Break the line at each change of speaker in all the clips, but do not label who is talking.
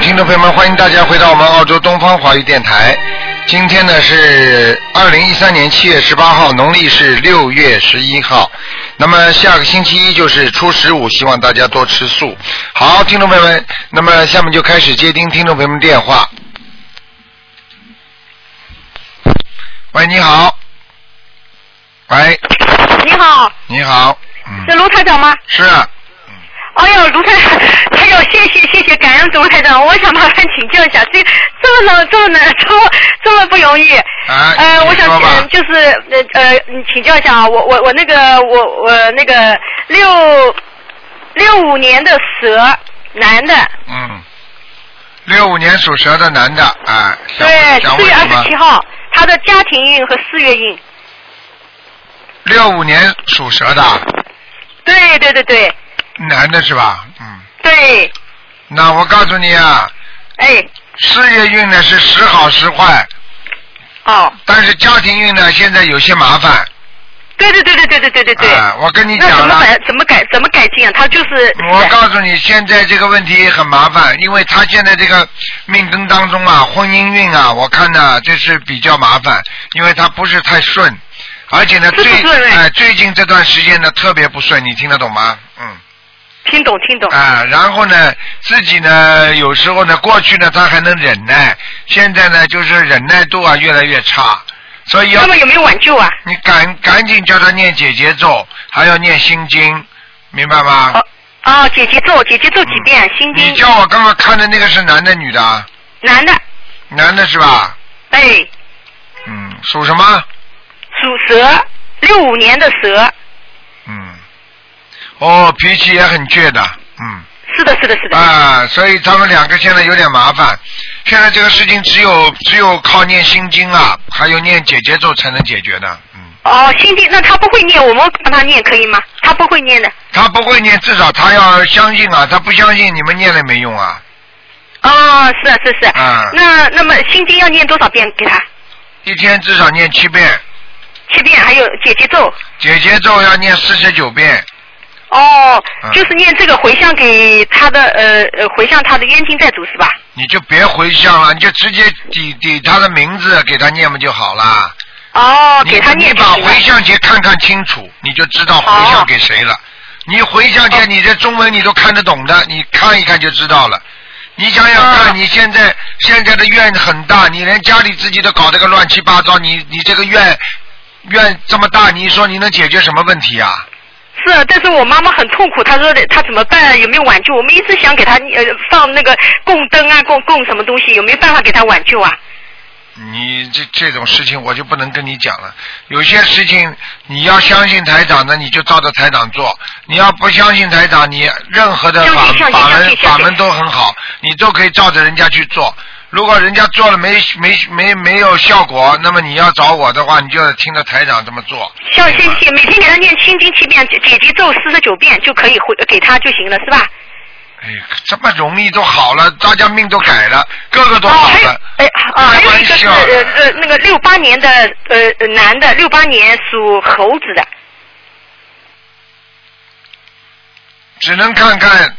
听众朋友们，欢迎大家回到我们澳洲东方华语电台。今天呢是二零一三年七月十八号，农历是六月十一号。那么下个星期一就是初十五，希望大家多吃素。好，听众朋友们，那么下面就开始接听听众朋友们电话。喂，你好。喂，
你好，
你好。嗯，
是卢台长吗？
是啊
哎呦，卢台台长，哎谢谢谢谢，感恩卢台长。我想麻烦请教一下，这这么冷，这么难，这么这么不容易。
啊。
呃，我
你
想
说吧
请就是呃呃，你请教一下啊，我我我那个我我那个六六五年的蛇男的，
嗯，六五年属蛇的男的，啊，想
对，
想
四
问
月
什
二十七
么？
号，他的家庭运和事业运，
六五年属蛇的
对对对对
男的是吧？嗯，
对，
那我告诉你啊，
哎，
事业运呢是时好时坏，
哦，
但是家庭运呢现在有些麻烦。
对对对对对对对对对。
啊，我跟你
那
讲
怎么
了，
改？怎么改？怎么改进啊？他就是
我告诉你，现在这个问题很麻烦，因为他现在这个命根当中啊，婚姻运啊，我看呢、这是比较麻烦，因为他不是太顺，而且呢，
是不
最
顺
哎、
哎
最近这段时间呢特别不顺，你听得懂吗？嗯。
听懂听 懂。
啊，然后呢，自己呢，有时候呢，过去呢，他还能忍耐，现在呢，就是忍耐度啊越来越差，所以要
那么有没有挽救啊？
你赶赶紧叫他念姐姐咒，还要念心经，明白吗？
哦哦，姐姐咒，姐姐咒几遍？心
嗯你
经。
叫我刚刚看的那个是男的女的啊？
男的，
男的是吧？
哎，
嗯，属什么？
属蛇，六五年的蛇。
嗯，哦，脾气也很倔的，嗯。
是的，是的，是 的。
啊，所以他们两个现在有点麻烦。现在这个事情只有只有靠念心经啊，还有念姐姐咒才能解决的。嗯，
哦，心经，那他不会念，我们帮他念可以吗？他不会念的。
他不会念，至少他要相信啊，他不相信你们念了没用啊。
哦，是啊，是是。
啊
那那么心经要念多少遍给他？
一天至少念七遍，
七遍，还有姐姐咒。
姐姐咒要念四十九遍。
哦
嗯，
就是念这个回向给他的呃呃回向他的冤亲债主是吧？
你就别回向了，你就直接抵抵他的名字给他念不就好了？
哦，
你
给他念
你
就
把
行了
回向节看看清楚，你就知道回向给谁了。你回向节，
哦
你这中文你都看得懂的，你看一看就知道了。你想想看，
哦
你现在现在的愿很大，你连家里自己都搞得个乱七八糟，你你这个愿愿这么大，你说你能解决什么问题啊？
是，但是我妈妈很痛苦，她说的她怎么办？啊有没有挽救？我们一直想给她呃放那个供灯啊，供供什么东西，有没有办法给她挽救啊？
你这这种事情我就不能跟你讲了。有些事情你要相信台长的，你就照着台长做；你要不相信台长，你任何的法
相信相信
法
相
门
信
法
相信
门都很好，你都可以照着人家去做。如果人家做了没没没没有效果，那么你要找我的话，你就得听着台长这么做。
像先写，每天给她念心经七遍，姐姐姐咒四十九遍就可以回给她就行了，是吧？
哎呀，这么容易都好了，大家命都改了，个个都好
还有
了。
哎啊，还有一个是
开玩笑
呃呃那个六八年的呃呃男的，六八年属猴子的，
只能看看，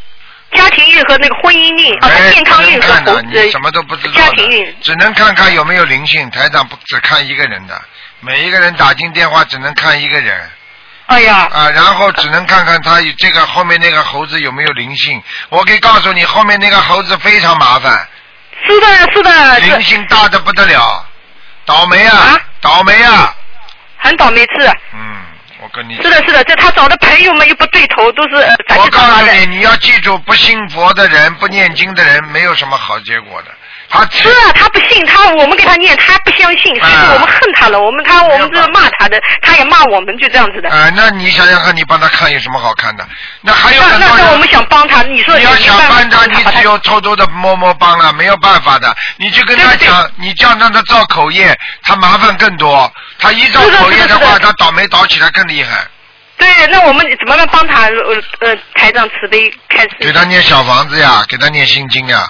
家庭运和那个婚姻运啊，
哎，
健康
只能
运和
看
猴
的，
子
你什么都不知道的。
家庭运
只能看看有没有灵性。台长不只看一个人的，每一个人打进电话只能看一个人
哎呀，
啊，然后只能看看他有这个后面那个猴子有没有灵性。我可以告诉你，后面那个猴子非常麻烦，
是的，是的，
灵
是
性大的不得了，倒霉啊，
呃啊
倒霉啊，
很倒霉是。
嗯，我跟你
是的，是的，这他找的朋友们又不对头，都是呃杂
我
七
告
杂八
诉
的。
你，你要记住，不信佛的人、不念经的人，没有什么好结果的。他
是啊，他不信他，我们给他念，他不相信，所以
啊
说我们恨他了，我们他我们
没有
就
办法
骂他的，他也骂我们，就这样子的。
啊、那你想想看，你帮他看有什么好看的？那还有
那
很
那
多人
那我们想帮他，你说
你要
有没有
想
办法
帮他，
把
你只有偷偷的摸摸帮了，没有办法的。你就跟他
对对对
讲，你叫让他造口业，他麻烦更多。他一造
是的
口业
是的是的
话，他倒霉倒起来更厉害。
对，那我们怎么样帮他？呃呃，台长慈悲开始。
给他念小房子呀，给他念心经呀，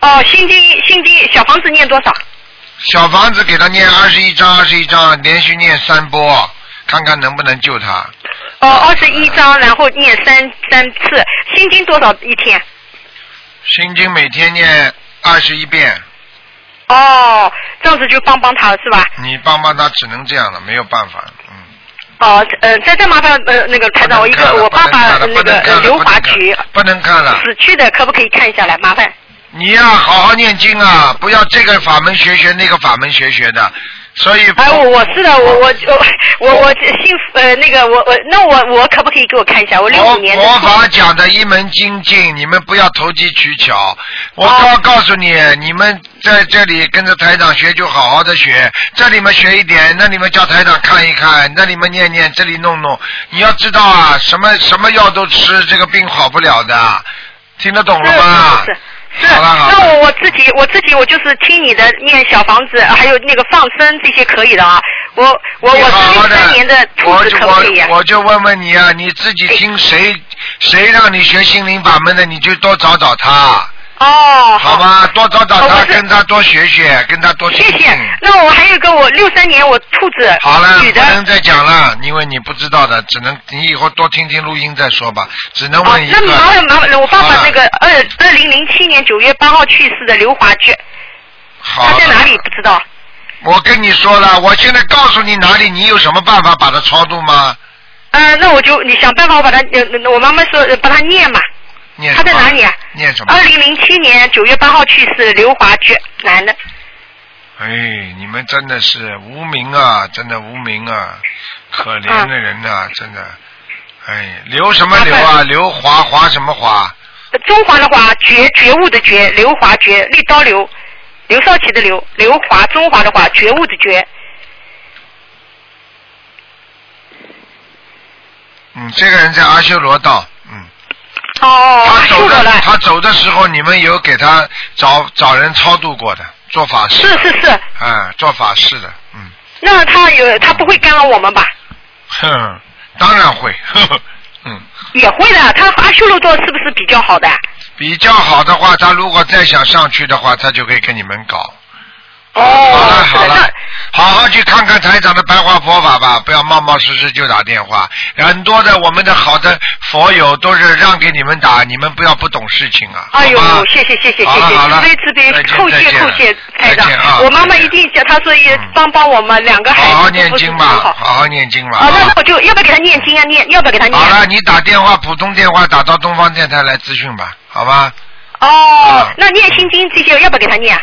哦，心经心经小房子念多少？
小房子给他念二十一章，二十一章，连续念三波，看看能不能救他。
哦，二十一章，然后念三三次。心经多少一天？
心经每天念二十一遍，
哦，这样子就帮帮他是吧？
你帮帮他只能这样了，没有办法。嗯，
哦，呃，再再麻烦呃那个台长，我一个我爸爸
不
那
能
个
看了
呃刘
不能
华
看了
菊
不能看了，
死去的，可不可以看一下来？麻烦。
你要好好念经啊，不要这个法门学学那个法门学学的，所以
哎，我我是的，我我我我
哦
我幸福呃那个我我那我我可不可以给我看一下？我六
佛
五年的
佛
兔
法讲的一门精进，你们不要投机取巧。我告告诉你，你们在这里跟着台长学就好好的学，这里面学一点，那里面叫台长看一看，那里面念念，这里弄弄。你要知道啊，什么什么药都吃，这个病好不了的。听得懂了吗？
是是是，
好了好
那
了，
我我自己我自己我就是听你的念小房子，还有那个放生这些可以的啊。我我我
你好好
是
的
六三年的兔
我
子
就
可不可以啊
我？我就问问你啊，你自
哎
己听谁谁让你学心灵法门的，你就多找找他。
哦，
好吧，多找找
哦
他，
我是
跟他多学学，跟他多
谢
听听。
谢。那我还有一个我六三年我兔子
好了，
女
不
的，
能再讲了，因为你不知道的，只能你以后多听听录音再说吧。只能
哦
问一，个。啊
那麻烦麻烦，我爸
好
爸
了
那个二二零零七年九月八号去世的刘华菊，
好
他
了
在哪里？不知道？
我跟你说了，我现在告诉你哪里，你有什么办法把它超度吗？
呃，那我就你想办法，我把他呃，我妈妈说呃把他念嘛。
念
他在
什么
哪里啊
念什么
二？零零七年九月八号去世，刘华菊，男的。
哎，你们真的是无名啊，真的无名啊，可怜的人呐、
啊
真的。哎，刘什么刘
麻
啊？刘华华什么华？
呃中华的华，觉觉悟的觉，刘华觉，立刀刘，刘少奇的刘，刘华，中华的华，觉悟的觉。
嗯，这个人在阿修罗道，嗯。
哦，
他
修
走
罗
的
了，
他走的时候，你们有给他找找人超度过的，做法事
是
的，
是是，
啊，做法事的，嗯，
那他有他不会干扰我们吧？
哼，当然会， 呵呵，嗯，
也会的，他阿修罗座是不是比较好的啊？
比较好的话，他如果再想上去的话，他就可以跟你们搞。好
哦
了，
是
好
的，那
了，好好去看看台长的白话佛法吧，不要冒冒失失就打电话。很多的我们的好的佛友都是让给你们打，你们不要不懂事情啊。
哎呦
好吗，
谢谢谢谢谢
好了好了
谢，慈悲慈
再
悲，
见
叩谢
再见
叩谢台
再见
长
啊，
我妈妈
再见
一定叫，她说也
嗯
帮帮我们两个孩
好
子
好
都
念
不是
经吧，
很好
好好念经吧。
啊，
啊
那那我就要不要给他念经啊？念要不要给他念？
好了，你打电话普通电话打到东方电台来咨询吧，好吧？
哦
嗯，
那念心经这些要不要给他念啊？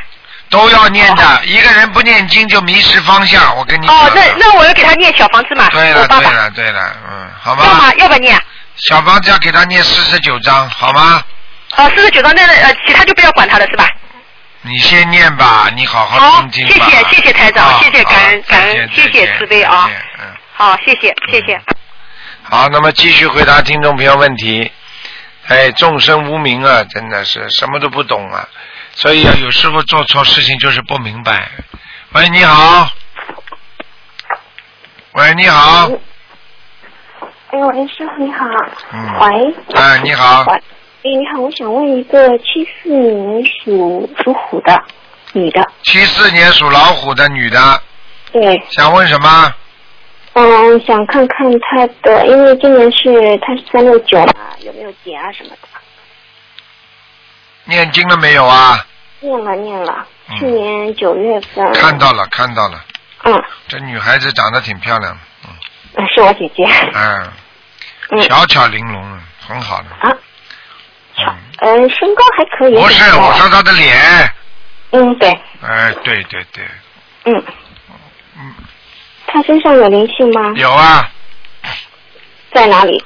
都要念
好
的，一个人不念经就迷失方向。我跟你讲
哦
的。，
那那我要给他念小房子嘛，
对
我
了
爸
对
爸
了对了，嗯，好
要
吧
吗？。要不要念？
小房子要给他念四十九章，好吗？
哦，四十九张，那呃，其他就不要管他了，是吧？
你先念吧，你好
好
听
谢
经吧。
谢谢谢台长
啊
谢谢
好
感恩
再
感恩
见再
谢谢
见
慈悲啊
再见嗯。
好，谢谢谢谢。
好，那么继续回答听众朋友问题。哎，众生无名啊，真的是什么都不懂啊，所以啊，有时候做错事情就是不明白。喂，你好。喂，你好。
哎，喂，师傅你好。
嗯
喂。
哎，你好。
喂。哎，你好，我想问一个七四年属属虎的女的，
七四年属老虎的女的，嗯
对，
想问什么？
嗯，想看看她的，因为今年是她是三六九嘛，有没有结啊什么的？
念经了没有啊？
念了念了，
嗯
去年九月份。
看。到了，看到了，
嗯，
这女孩子长得挺漂亮的，
是我姐姐。
嗯，
嗯。
巧巧玲珑，很好的。
啊。
嗯，
嗯，身高还可以。
不是，我说。她的脸，
嗯，对，
哎，对对对，
嗯，
嗯，
她身上有灵性吗？
有啊，
在哪里？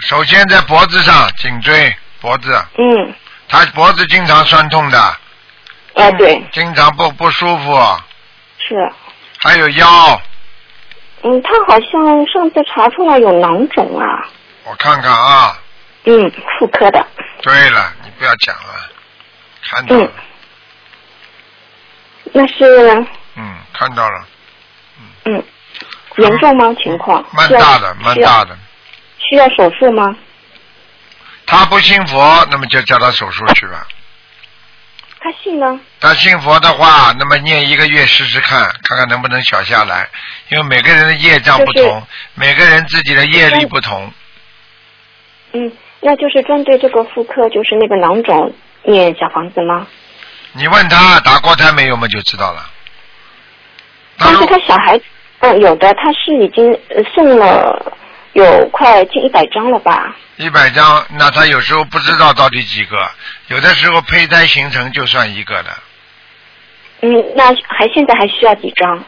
首先在脖子上，颈椎、脖子，
嗯，
他脖子经常酸痛的，
啊，
嗯
对，
经常不不舒服，
是。
还有腰，
嗯，他好像上次查出来有囊肿啊。
我看看啊。
嗯，妇科的。
对了，你不要讲了，看到了，
那是
嗯，看到了，
嗯，严重吗？情况？
蛮
需要
大的，蛮大。的。
需要需要手术吗？
他不信佛，那么就叫他手术去吧。
他信呢？
他信佛的话，那么念一个月试试看，看看能不能小下来，因为每个人的业障不同，
就是
每个人自己的业力不同。
嗯，那就是针对这个妇科，就是那个囊肿，念小房子吗？
你问他打过胎没有嘛，就知道了。他
但
如
是他小孩，嗯，有的他是已经呃送了有快近一百张了吧？
一百张，那他有时候不知道到底几个，有的时候胚胎形成就算一个的，
嗯，那还现在还需要几张？
啊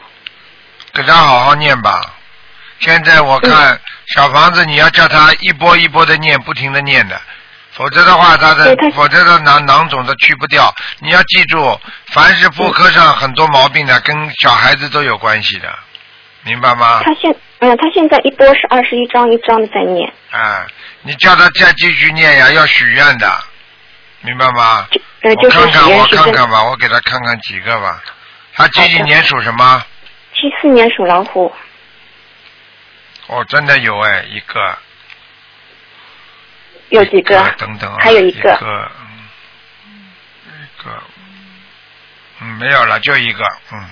给他好好念吧。现在我
嗯
看小房子，你要叫他一波一波的念，不停的念的，否则的话，他的
对他
否则的囊囊肿都去不掉。你要记住，凡是妇科上很多毛病的，跟小孩子都有关系的，明白吗？
他现嗯，他现在一波是二十一张一张的在念，
啊、你叫他再继续念呀，要许愿的，明白吗？
就呃
我
就是
看看，
许愿
我
是
看
跟
看吧，我给他看看几个吧。他几几
好的
年属什么？
七四年属老虎，
哦，真的有哎，一个。
有几个
一？等等啊，
还有一
一
个
个，嗯一个，嗯，没有了，就一个，嗯，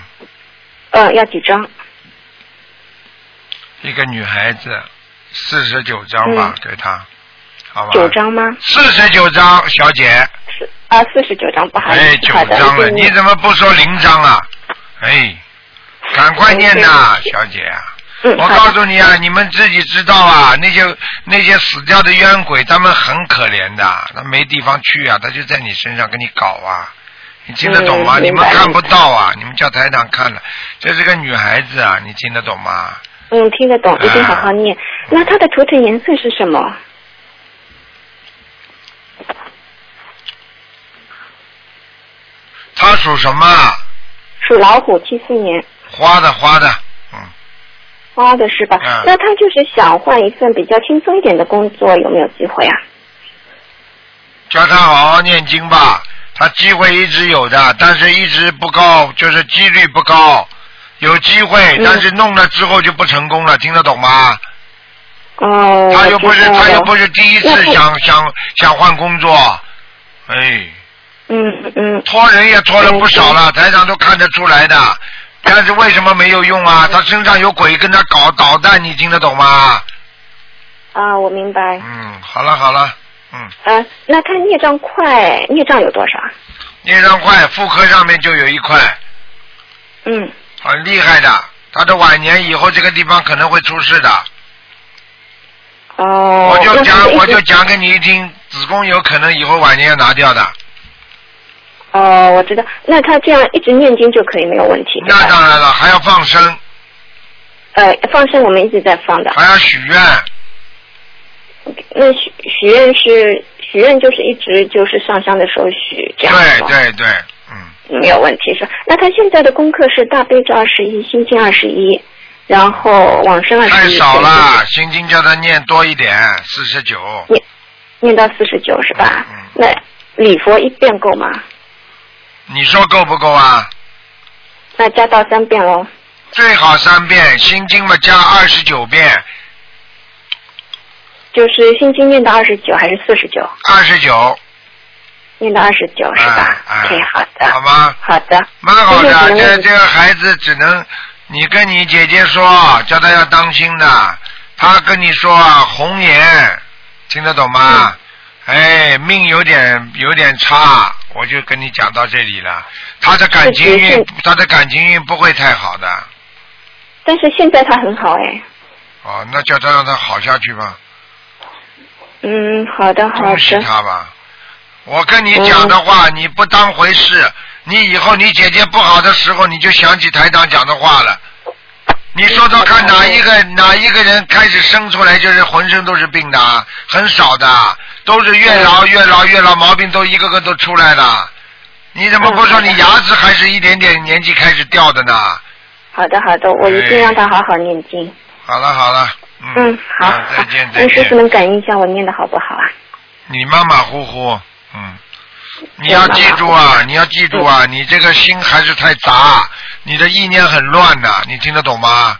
嗯，要几张？
一个女孩子，四十九张吧，给她，好吧。
嗯九。张吗？
四十九张，小姐。
是啊，四十九张，不好意思，嗯
哎，九
好的
张了，
谢谢
你怎么不说零张啊？哎，赶快念呐，小姐啊！
嗯，
我
好的
告诉你啊，你们自己知道啊，那些那些死掉的冤鬼，他们很可怜的，他没地方去啊，他就在你身上跟你搞啊，你听得懂吗？
嗯
你
明
们
白
看不到啊，你们叫台长看了，这是个女孩子啊，你听得懂吗？
嗯，听得懂，
哎
一定好好念。那它的图腾颜色是什么？
她属什么啊？
属老虎，七四年，
花的花的，嗯，
花的是吧？
嗯
那他就是想换一份比较轻松一点的工作，有没有机会啊？
叫她好好念经吧，她机会一直有的，但是一直不高，就是几率不高。有机会
嗯，
但是弄了之后就不成功了，听得懂吗？
哦，
他又不是
我知道了
他又不是第一次想想想换工作，哎，
嗯嗯，
托人也托了不少了，台长都看得出来的。但是为什么没有用啊？他身上有鬼跟他搞捣蛋，你听得懂吗？
啊，我明白。
嗯，好了好了，嗯，
呃，那他孽障快，孽障有多少啊？
孽障块妇科上面就有一块，
嗯，
很厉害的。他的晚年以后这个地方可能会出事的。
哦，
我就
那他
讲
一
我
直
就讲给你一听，子宫有可能以后晚年要拿掉的。
哦，我知道。那他这样一直念经就可以没有问题。对吧
那当然了，还要放生，
呃，放生我们一直在放的。
还要许愿。
那许许愿是许愿，就是一直就是上香的时候许这样
对
子吗
对对，嗯，
没有问题是吧？那他现在的功课是大悲咒二十一，心经二十一，然后往生二
太
十一，
少了，心经叫他念多一点，四十九。
念到四十九是吧？
嗯嗯
那礼佛一遍够吗？
你说够不够啊？
那加到三遍喽。
最好三遍，心经嘛加二十九遍，
就是心经念到二十九还是四十九？
二十九，
念到二十九是吧、
哎哎
o k 好
好
的，
吗？
好的，
蛮好的，
谢谢
这
您
这个孩子只能你跟你姐姐说，叫他要当心的。他跟你说啊，红颜，听得懂吗？
嗯
哎，命有点有点差，我就跟你讲到这里了。他的感情
是是
运
是，
他的感情运不会太好的。
但是现在他很好哎。
哦，那叫他让他好下去吧，
嗯，好的，嗯好
恭喜
的，
他吧。我跟你讲的话，你不当回事，你以后你姐姐不好的时候，你就想起台长讲的话了。你说说看，
嗯好
哪
的
一个哪一个人开始生出来就是浑身都是病的啊，很少的，都是越老越老越老，毛病都一个个都出来了。你怎么不说
嗯
你牙齿还是一点点年纪开始掉的呢？
好的，好的，我一定让他好好念经。
好了好了，嗯，
嗯，好，
啊再见
好
再
嗯师
见。
傅能感应一下我念的好不好啊？
你马马虎虎，嗯，你要记住啊，你要记住啊，你这个心还是太杂，你的意念很乱呐、你听得懂吗？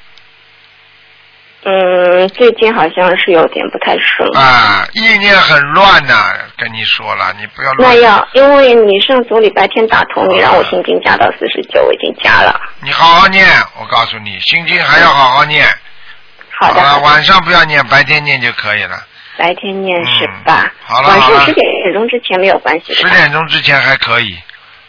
嗯，最近好像是有点不太顺。
啊，意念很乱呐、跟你说了，你不要
那
乱，
要，因为你上周礼拜天打通，你让我心经加到四十九，我已经加了。
你好好念，我告诉你，心经还要好好念，啊
好的，
了，
好的
晚上不要念，白天念就可以了。
白天念十
嗯
八，
好了
晚
好了
上十点钟之前没有关系
十
的吧。
点钟之前还可以，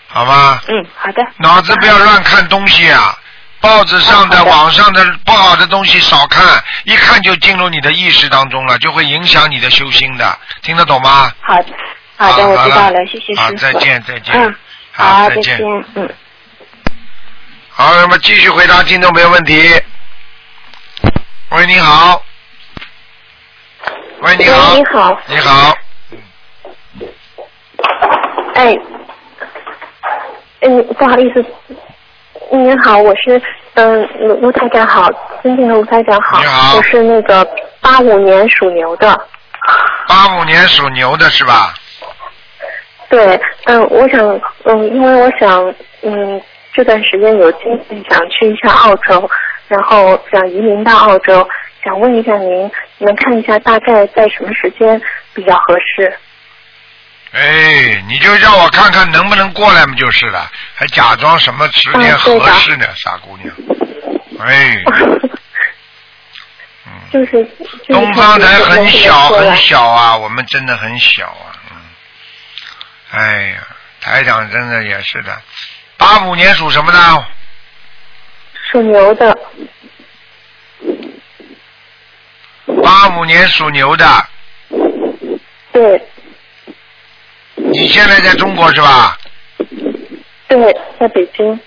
好吗？
嗯，好的。
脑子不要乱看东西啊，报纸上的、
好的
网上的不好的东西少看，一看就进入你的意识当中了，就会影响你的修心的，听得懂吗？
好的，好的，
好
我知道
好了
了，谢谢
好
师傅。
再见再见
嗯，
好
好，
再
再
见
见。嗯。
好，那么继续回答听众朋友问题。喂，你好。喂，你好
喂，。你好，
你好，
哎，嗯，不好意思，您好，我是嗯卢卢台长好，尊敬的卢台长好，
你好
我是那个八五年属牛的，
八五年属牛的是吧？
对，嗯，我想，嗯，因为我想，嗯，这段时间有经费想去一下澳洲，然后想移民到澳洲，想问一下您，能看一下大概在什么时间比较合适？
哎，你就让我看看能不能过来嘛，就是了，还假装什么十年
嗯对
合
的
适呢，傻姑娘。 哎，嗯，
就是就是
东方台
看
很
您
小
能不能过来
很小啊，我们真的很小啊，嗯，哎呀，台长真的也是的，八五年属什么呢？
属牛的，
八五年属牛的，
对
你现在在中国是吧？
对，在北京，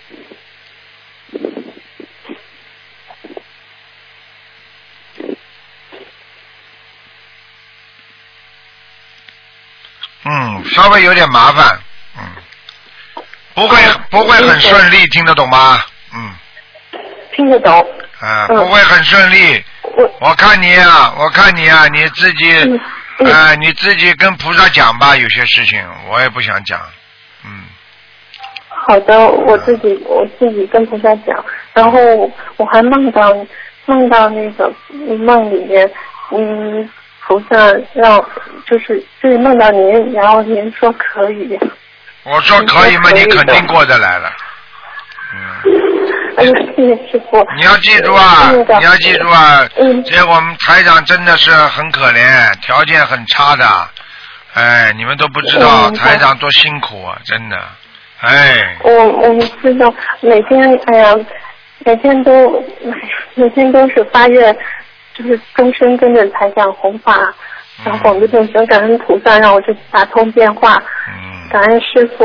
嗯，稍微有点麻烦，嗯，不会
嗯
不会很顺利，听得懂吗？嗯，
听得懂。
啊、
嗯
不会很顺利。
我
我看你啊，我看你啊，你自己，
嗯嗯
啊，你自己跟菩萨讲吧，有些事情我也不想讲，嗯，
好的，我自己我自己跟菩萨讲，然后我还梦到梦到那个梦里面，嗯，菩萨让就是就是梦到您，然后您说可以，
我说可以吗？
你
你
说可以的
肯定过得来了，嗯，
哎呦，谢谢师傅。
你要记住啊，
那个
你要记住啊，
嗯
结果我们台长真的是很可怜，条件很差的，哎，你们都不知道、
嗯明白
台长多辛苦啊，真的，哎，
我我们知道每天哎呀，每天都哎呀每天都是发愿，就是终身跟着台长弘法，
嗯
然后广度众生，感恩菩萨让我这次打通电话，感
嗯，
恩师傅。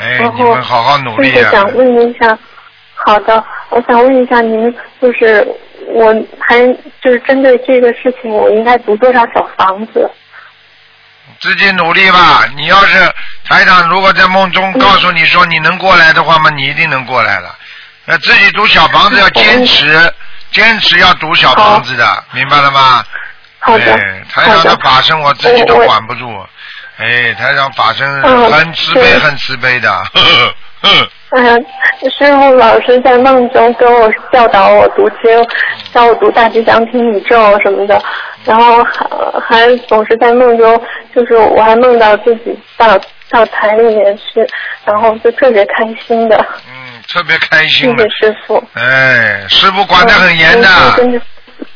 哎
然，
你
后
们好好努力
那
啊
个，想问一下，好的，我想问一下您，就是我还就是针对这个事情，我应该读多少小房子？
自己努力吧。你要是台长，如果在梦中告诉你说你能过来的话嘛，你一定能过来了。那自己读小房子要坚
哦
持，坚持要读小房子的，明白了吗？
好的
哎，，台
好
长的
的。
法身我自己都
我我
管不住。哎，台长法身
嗯
很慈悲，
对
很慈悲的。 呵呵呵
嗯，师傅老师在梦中跟我教导我读经，教我读大吉祥天宇宙什么的，然后还还总是在梦中，就是我还梦到自己到到台里面去，然后就特别开心的，
嗯，特别开
谢
心的
谢。师傅。
哎，师傅管得很严的。
嗯真的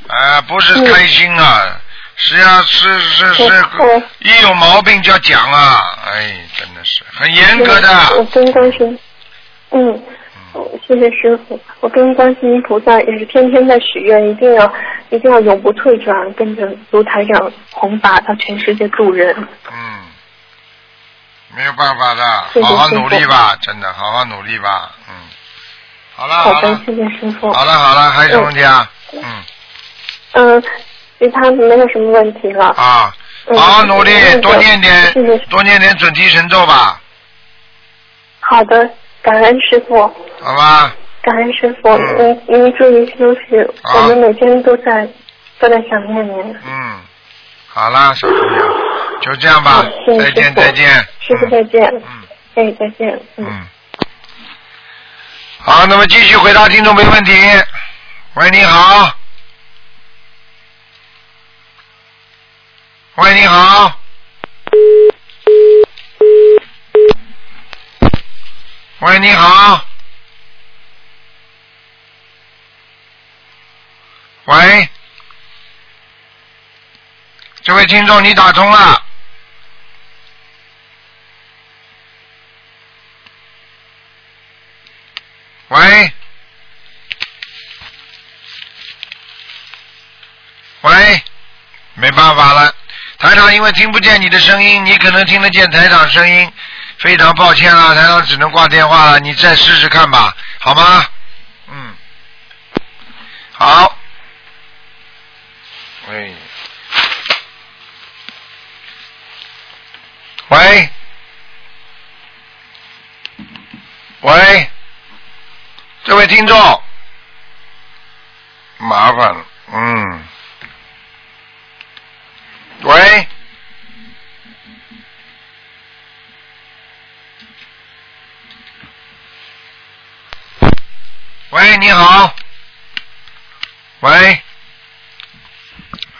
啊，不是开心啊，是啊，是是是
嗯，
一有毛病就要讲啊，哎，真的是很严格的，
嗯我跟观世音，嗯，谢谢师傅。我跟观世音菩萨也是天天在许愿，一定要一定要永不退转，跟着卢台长弘法到全世界度人。
嗯，没有办法
谢
的，
谢
好好
师
努
傅
力吧，真的，好好努力吧，嗯，好了
好
啊好
的
了，，
谢谢师傅。
好了好了，还有什么问题啊？嗯
嗯，其他没有什么问题了。
啊，
嗯
好好努力
谢谢，
多念点
谢谢，
多念点准提神咒吧，
好的，感恩师傅，
好吧？
感恩师傅，
嗯
您您注意休息，
好
我们每天都在都在想念您。
嗯，好啦，小姑娘，就这样吧
好，嗯谢谢
再见
师傅
再见，
师傅
嗯嗯。
再见，哎，再见，嗯。
嗯，好，那么继续回答听众没问题。喂，你好。喂，你好。喂，你好。喂，这这位听众，你打通了。喂，喂，没办法了，台长因为听不见你的声音，你可能听得见台长声音，非常抱歉了，台长只能挂电话了，你再试试看吧，好吗？嗯，好，喂，喂，喂。这位听众，麻烦了，嗯，喂，喂，你好，喂，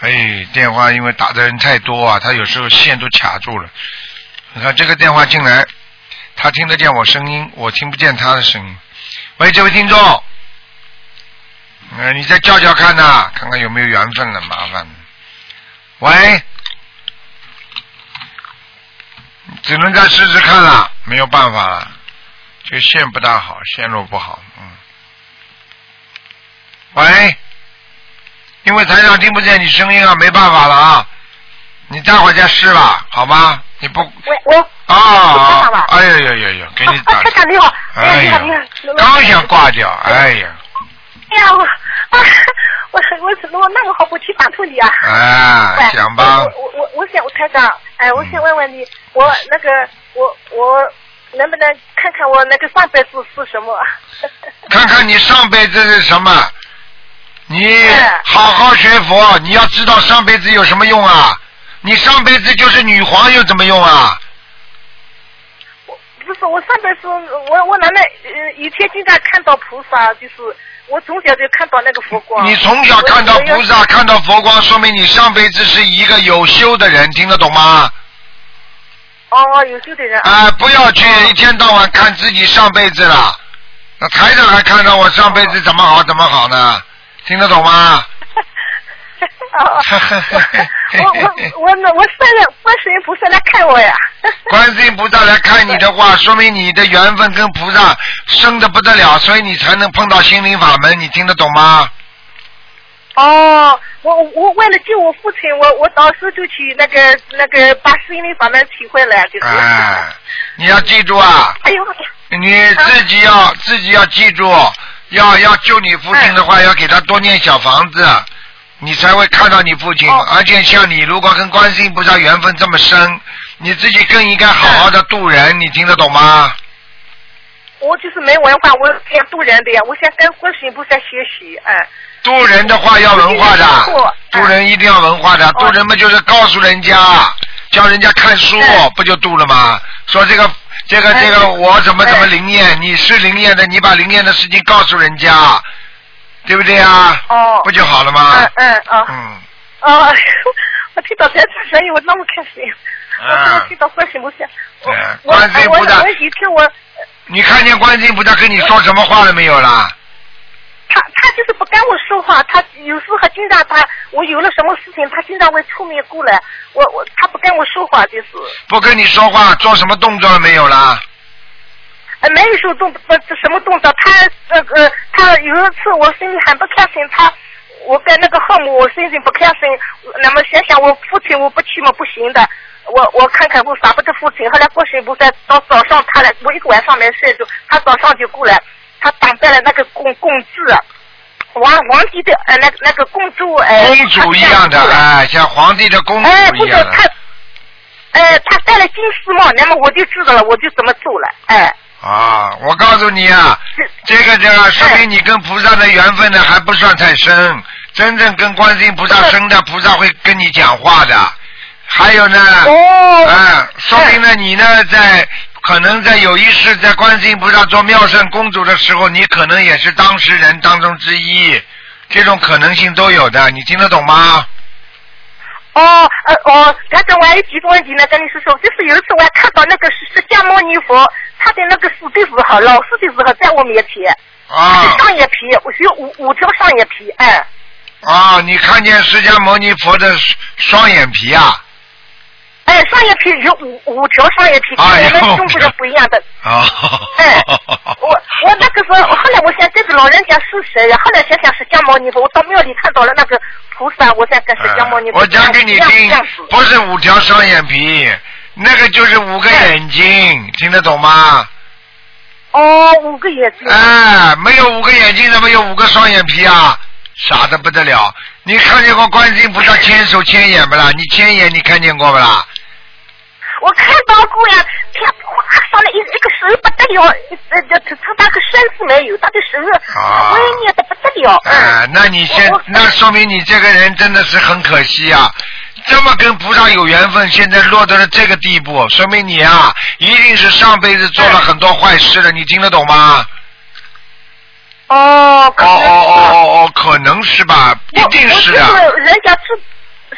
哎，电话因为打的人太多啊，他有时候线都卡住了。你看这个电话进来，他听得见我声音，我听不见他的声音。喂，这位听众，嗯、你再叫叫看呐、看看有没有缘分了，麻烦。喂，只能再试试看了，没有办法了，这个线不大好，线路不好，嗯。喂，因为台上听不见你声音啊，没办法了啊，你待会儿再试吧，好吗？你不
喂喂，
啊
知道
啊
吧！
哎呦呦呦呦，给你打
啊，台长你好，
哎
哎呀，
呀
你好，你好，
刚想挂掉，哎呀，
哎呀，我 啊，我我怎么我那么好不去打兔你啊？
哎，
喂
想吧，
我我我我想，台长，哎，我想问问你，我那个我我能不能看看我那个上辈子是什么？
看看你上辈子是什么。你
哎
好好学佛，你要知道上辈子有什么用啊？你上辈子就是女皇有怎么用啊？
不是，我上辈子我我奶奶呃以前经常看到菩萨，就是我从小就看到那个佛光。
你从小看到菩
我
萨，看到佛光，说明你上辈子是一个有修的人，听得懂吗？
我哦，有修的人。哦
啊、不要去一天到晚看自己上辈子了。那台长还看到我上辈子怎么好怎么好呢？听得懂吗？
哦， 我我我那我三人观世音菩萨来看我呀。
观世音菩萨来看你的话，说明你的缘分跟菩萨深的不得了，所以你才能碰到心灵法门，你听得懂吗？
哦，我我为了救我父亲，我我当时就去那个那个把心灵法门体会了，就是。
哎，你要记住啊，
哎呦，
你自己要自己要记住，要要救你父亲的话，要给他多念小房子，你才会看到你父亲。
哦
而且像你如果跟观世音菩萨缘分这么深，你自己更应该好好的度人，你听得懂吗？
我就是没文化，我想渡人的呀，我想跟观世音菩萨学习，哎。
渡人的话要文化的，
嗯
渡人一定要文化
哦
的，渡人嘛就是告诉人家，教人家看书
嗯，
不就渡了吗？说这个这个
哎
这个我怎么怎么
嗯
灵验，你是灵验的，你把灵验的事情告诉人家，对不对呀？
哦
不就好了吗
嗯？嗯哦
嗯，
哦，我听到台长声音，我那么开心。
啊
我我听到观世音菩萨，我
嗯
我哎
观世音菩萨
我我以前我
你看见观世音菩萨跟你说什么话了没有啦？
他他就是不跟我说话，他有时候还经常他我有了什么事情，他经常会出面过来，我我他不跟我说话就是，
不跟你说话，做什么动作了没有啦？
呃没有说动呃什么动作，他呃呃他有一次我心里很不开心，他我跟那个后母我心里不开心，那么想想我父亲我不去嘛不行的。我我看看我舍不得父亲，后来过去不在到早上他来，我一个晚上没睡住，他早上就过来，他挡在了那个公公字，啊王王帝的呃那个那个公主哎，
公主一样的
他，站
哎，像皇帝的公
住了哎，
主
不
一
是
样的。
他，哎他戴了金丝帽，那么我就知道了，我就怎么做了，哎。
啊，我告诉你啊，这个这个说明你跟菩萨的缘分呢还不算太深，真正跟观世音菩萨深的，菩萨会跟你讲话的。还有呢，
哦
嗯，说明呢你呢在可能在有一世在观世音菩萨做妙善公主的时候，你可能也是当事人当中之一，这种可能性都有的，你听得懂吗？
哦，呃，哦，台长，我还有几个问题呢，跟你说说。就是有一次我还看到那个释释迦牟尼佛，他的那个死的时候，老死的时候在我面前，
啊，
上眼皮，我只有五五条上眼皮，哎，
啊，你看见释迦牟尼佛的双眼皮啊？
哎，双眼皮有五五条双眼皮，跟
哎呦
我们中国人不一样的。
啊，
哎，我我那个时候，后来我想这个老人家是谁呀？后来想想是释迦牟尼佛，我到庙里看到了那个菩萨，我才跟释迦牟尼佛
哎我讲给你
一
听
样子，
不是五条双眼皮，那个就是五个眼睛，听得懂吗？
哦，五个眼睛。
哎，没有五个眼睛，怎么有五个双眼皮啊？傻的不得了！你看见过观世音菩萨千手千眼不啦？你千眼你看见过不啦？
我看到过呀，天哗上来一一个手不得了，呃，这这他那个身子没有，他的手
啊
微捏的不得了。
哎、那你现
我我
那说明你这个人真的是很可惜啊！这么跟菩萨有缘分，现在落到了这个地步，说明你啊，一定是上辈子做了很多坏事了，你听得懂吗？
哦，可
哦
能
哦
是
哦哦哦，可能是吧，一
我
定是
我
的。
就是人家知，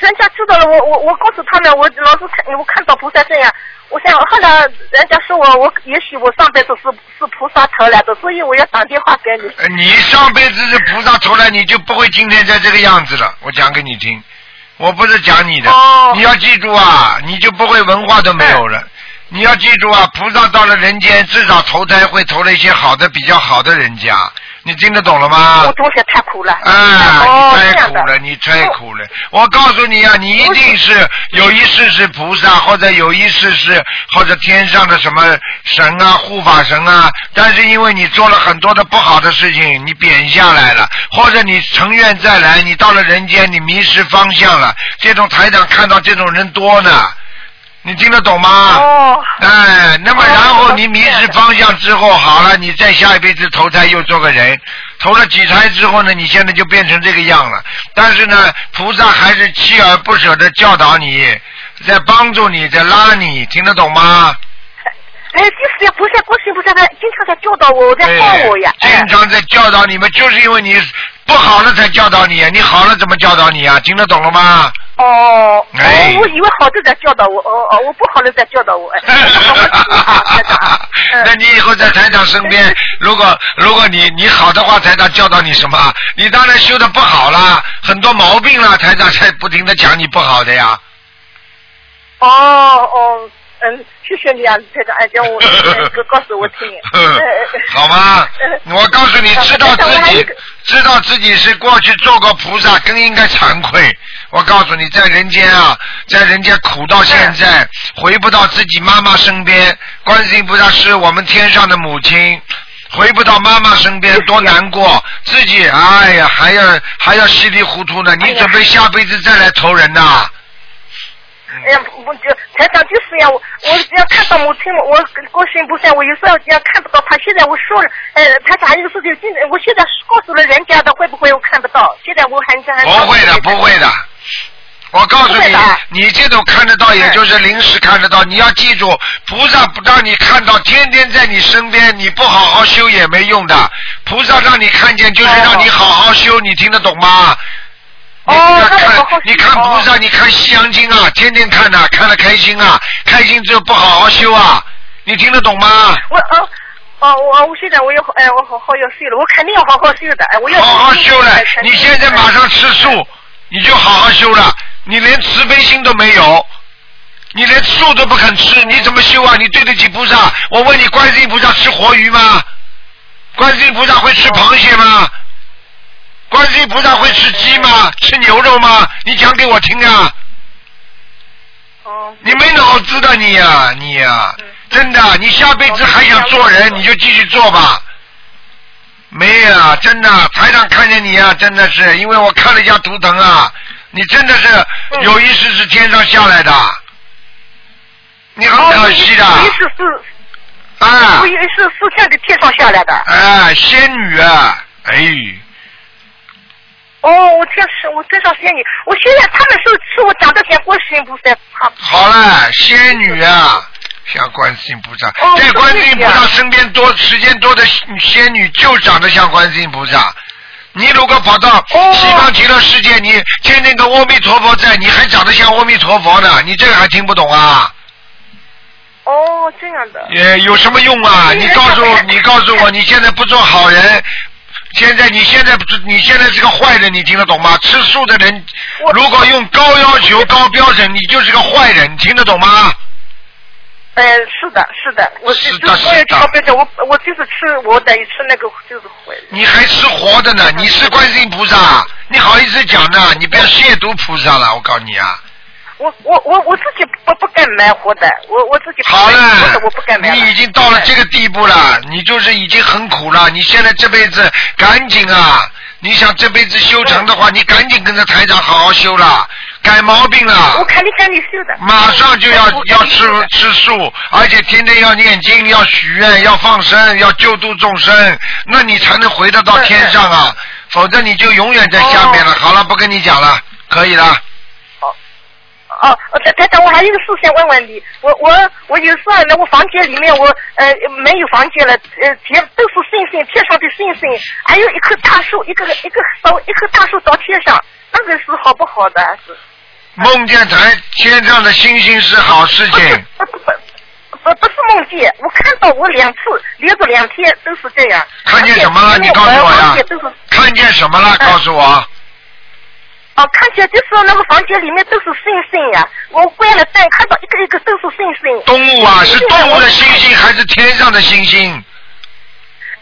人家知道了，我我我告诉他们，我老是看我看到菩萨这样，我想后来人家说我我也许我上辈子是是菩萨投来的，所以我要打电话给你。
呃你上辈子是菩萨投来，你就不会今天在这个样子了。我讲给你听，我不是讲你的，
哦
你要记住啊，你就不会文化都没有了。你要记住啊，菩萨到了人间，至少投胎会投了一些好的、比较好的人家。你听得懂了吗
我？同学太苦了。
啊，
哦，
你
这
太
样
苦了，
的。
你太苦了！我告诉你啊，你一定是有一世是菩萨，或者有一世是或者天上的什么神啊、护法神啊，但是因为你做了很多的不好的事情，你贬下来了，或者你成愿再来，你到了人间，你迷失方向了。这种台长看到这种人多呢，你听得懂吗？
哦。
哎，那么
哦
然后你
是
迷
这样
失
的
方向之后，好了，你再下一辈子投胎又做个人，投了几胎之后呢，你现在就变成这个样了。但是呢，菩萨还是锲而不舍的教导你，在帮助你，在拉你，听得懂吗？
哎，就是呀，菩萨，观世音菩萨他经常在教导我，在帮我呀。
对
哎
经常在教导你们，就是因为你不好了才教导你，你好了怎么教导你啊？听得懂了吗？
哦，
哎
哦，我以为好的在教导我，哦哦，我不好的在教导我，哎， 台长嗯
那你以后在台长身边，如果如果你你好的话，台长教导你什么？啊你当然修的不好啦，很多毛病啦，台长才不停的讲你不好的呀。
哦哦，嗯，谢谢你啊，台长，哎，叫 我呃告诉我听，哎
嗯好吗
呃？
我告诉你，
呃
知道
台长我
自
还有一
己
个
知道自己是过去做过菩萨，更应该惭愧。我告诉你，在人间啊，在人间苦到现在，回不到自己妈妈身边，观世音菩萨是我们天上的母亲。回不到妈妈身边多难过，自己哎呀还要还要稀里糊涂呢。
哎
你
呀
准备下辈子再来投人呐、
哎呀，我就台长就是呀，我我只要看到母亲，我高兴不善，我有时候只要看不到她，现在我说了，呃，台长还有个事情，现在我现在告诉了人家的，会不会我看不到？现在我还还
不会的，不会的。我告诉
不会
你
的，啊嗯
你这种看得到，也就是临时看得到。你要记住，菩萨不让你看到，天天在你身边，你不好好修也没用的。菩萨让你看见，就是让你好好修，你听得懂吗？
哦
你要
让我
看
好好，
你
修
看菩萨，
哦
你看《西洋经》啊，天天看呐、看了开心啊，开心之后不好好修啊，你听得懂吗？
我哦哦，我我现在我要哎，我好好要睡了，我肯定要好好睡的，哎，我要嗯
好好修了
哎。肯
你
定
现在马上吃素，你就好好修了。你连慈悲心都没有，你连素都不肯吃，你怎么修啊？你对得起菩萨？我问你，观世音菩萨吃活鱼吗？观世音菩萨会吃螃蟹吗？观世音菩萨会吃鸡吗？吃牛肉吗？你讲给我听啊！
哦
你没脑子的你呀、你呀、真的，你下辈子还想做人，你就继续做吧。没有啊，真的，台上看见你啊，真的是，因为我看了一下图腾啊，你真的是
嗯
有一世是天上下来的，你很可惜的，
我也哦是是，
啊
我也是是天的天上下来的。
啊，仙女啊，哎，
哦，我天是，我真想谢你。我现在他们是是我长得像观世音菩萨，他
好了，仙女啊，像观世音菩萨，
哦
在观世音菩
我
萨
都
身边多时间多的仙女就长得像观世音菩萨。你如果跑到
哦
西方极乐世界，你天天跟阿弥陀佛在，你还长得像阿弥陀佛呢？你这个还听不懂啊？
哦这样的。
也有什么用啊？
因
你
为
告诉
他们
你告诉我，你现在不做好人，现在你现在不是你现在是个坏人，你听得懂吗？吃素的人
我
如果用高要求、高标准，你就是个坏人，你听得懂吗？
嗯，是的，是的，我
是的
就是我
是
也
的
超标准，我我就是吃，我等于吃那个就是毁了。
你还吃活的呢？你是观世音菩萨，你好意思讲呢？你不要亵渎菩萨了，我告诉你啊！
我我我我自己不不敢买活的，我我自己不
好
敢买活
了
的我不敢，买了。
你已经到了这
个。
个地步了，你就是已经很苦了。你现在这辈子赶紧啊！你想这辈子修成的话，你赶紧跟着台长好好修了，改毛病
我
了，
看你看你修的。
马上就要
我看你
要
修
吃
的
吃素，而且天天要念经，要许愿，要放生，要救度众生，那你才能回得到
嗯
天
嗯
上啊！否则你就永远在下面了。
哦
好了，不跟你讲了，可以了。
哦，呃台台长，我还有一个事想问问你，我我我有时候呢，我房间里面我呃没有房间了，呃贴都是星星，天上的星星，还有一棵大树，一个一个烧一棵大树到天上，那个是好不好的？还是
梦见台天上的星星是好事
不是
情。
不不不不是梦见，我看到我两次连着两天都是这样。
看见什么了？
而且
你告诉
因为
我
的
呀
房间都是。
看见什么了？
嗯
告诉我。
哦，看起来就是那个房间里面都是星星呀、我关了灯，看到一个一个都是星星。
动物啊，是动物的星星还是天上的星星？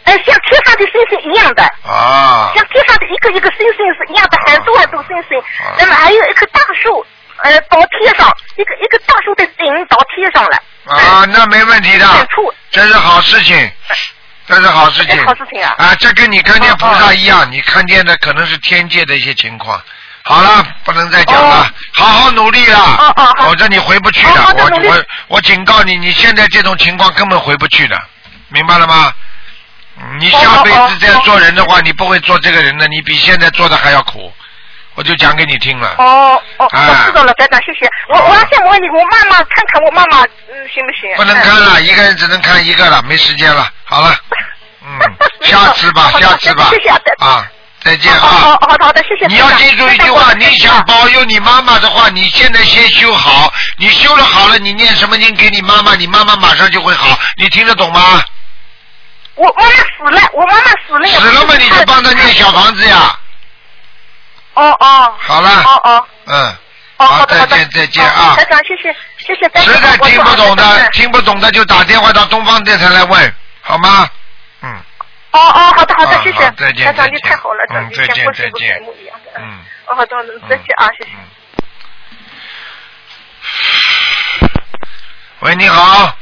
哎，像天上的星星一样的，
啊，
像天上的一个一个星星是一样的，很多很多星星
啊。
那么还有一棵大树，呃，到天上，一个一个大树的顶到天上了。
啊，那没问题的
远处，
这是好事情，这是好事情，
哎好事情啊
啊，这跟你看见菩萨一样，你看见的可能是天界的一些情况。好了，不能再讲了，
嗯哦
好好努力啦，
哦哦好
否则你回不去的。
哦好的
我
努力
我我警告你，你现在这种情况根本回不去的，明白了吗？你下辈子再做人
哦
的话，你不会做这个人的，你比现在做的还要苦。我就讲给你听了。
哦哦，
哎
我知道了，班长，谢谢。我我还想问你，我妈妈看看我妈妈，嗯，行不行？
不能
嗯
看了，一个人只能看一个了，没时间了。好了，嗯，下次吧，
好的
下次吧
谢谢啊，
啊，再见
哦
啊。
哦，好的好的，谢谢。
你要记住一句话，你
啊
想保佑你妈妈的话，你现在先修好，你修了好了，你念什么经给你妈妈，你妈妈马上就会好，你听得懂吗？
我妈妈死了，我妈妈死了。
死了嘛，你就帮她念小房子呀。
哦哦。
好了
哦哦
嗯，
哦，
好
好的好的。
再见再见啊
哦台长，谢谢谢谢。
实在听不懂的，
听。
听不懂的就打电话到东方电台来问，好吗？嗯
哦哦，好的好的
啊，
谢谢
好。再见
台长，
再
你
见
太好了，
嗯
长得
再见
像过去
再
不
见
节目一样的。
嗯。
哦，好的，再见啊，谢谢。
嗯。喂，你
哎
好。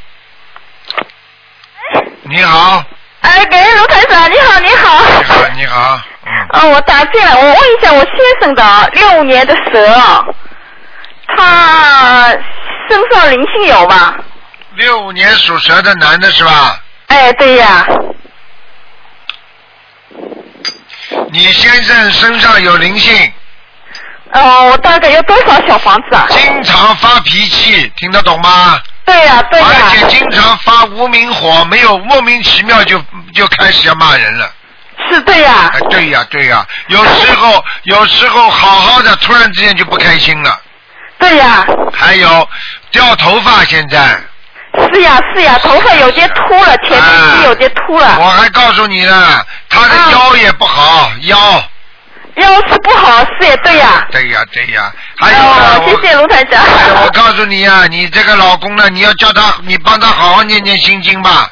你好，
哎，喂，卢台长，你好，你好。
你好，你好，嗯，
啊，我打进来，我问一下我先生的啊六五年的蛇啊，他身上灵性有吗？
六五年属蛇的男的是吧？
哎，对呀，
你先生身上有灵性，
呃，我大概有多少小房子啊？
经常发脾气，听得懂吗？
对呀、对呀、
而且经常发无名火，没有莫名其妙就就开始要骂人了。
是对呀、
哎，对呀、对呀、有时候有时候好好的，突然之间就不开心了。
对呀、
还有掉头发，现在
是呀、是呀、头发有些秃了，前面
哎
是有些秃了，
我还告诉你呢，他的
啊
腰也不好，腰。
腰是不好，是呀，对呀、
对呀，对呀。还有
哦，
呢，
谢谢卢台长。
哎我。还有哎我告诉你呀、你这个老公呢，你要叫他，你帮他好好念念心经吧。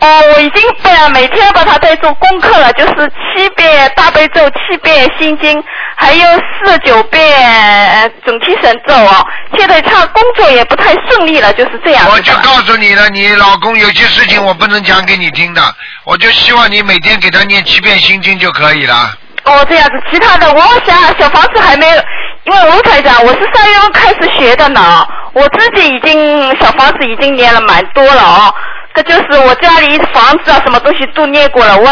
哦，我已经把每天把它在做功课了，就是七遍大悲咒，七遍心经，还有四十九遍呃准提神咒哦。现在他工作也不太顺利了，就是这样子的。
我就告诉你了，你老公有些事情我不能讲给你听的，我就希望你每天给他念七遍心经就可以了。
哦，这样子，其他的我想小房子还没有，因为吴台长，我是三月份开始学的呢，我自己已经小房子已经念了蛮多了哦，这就是我家里房子啊什么东西都念过了，我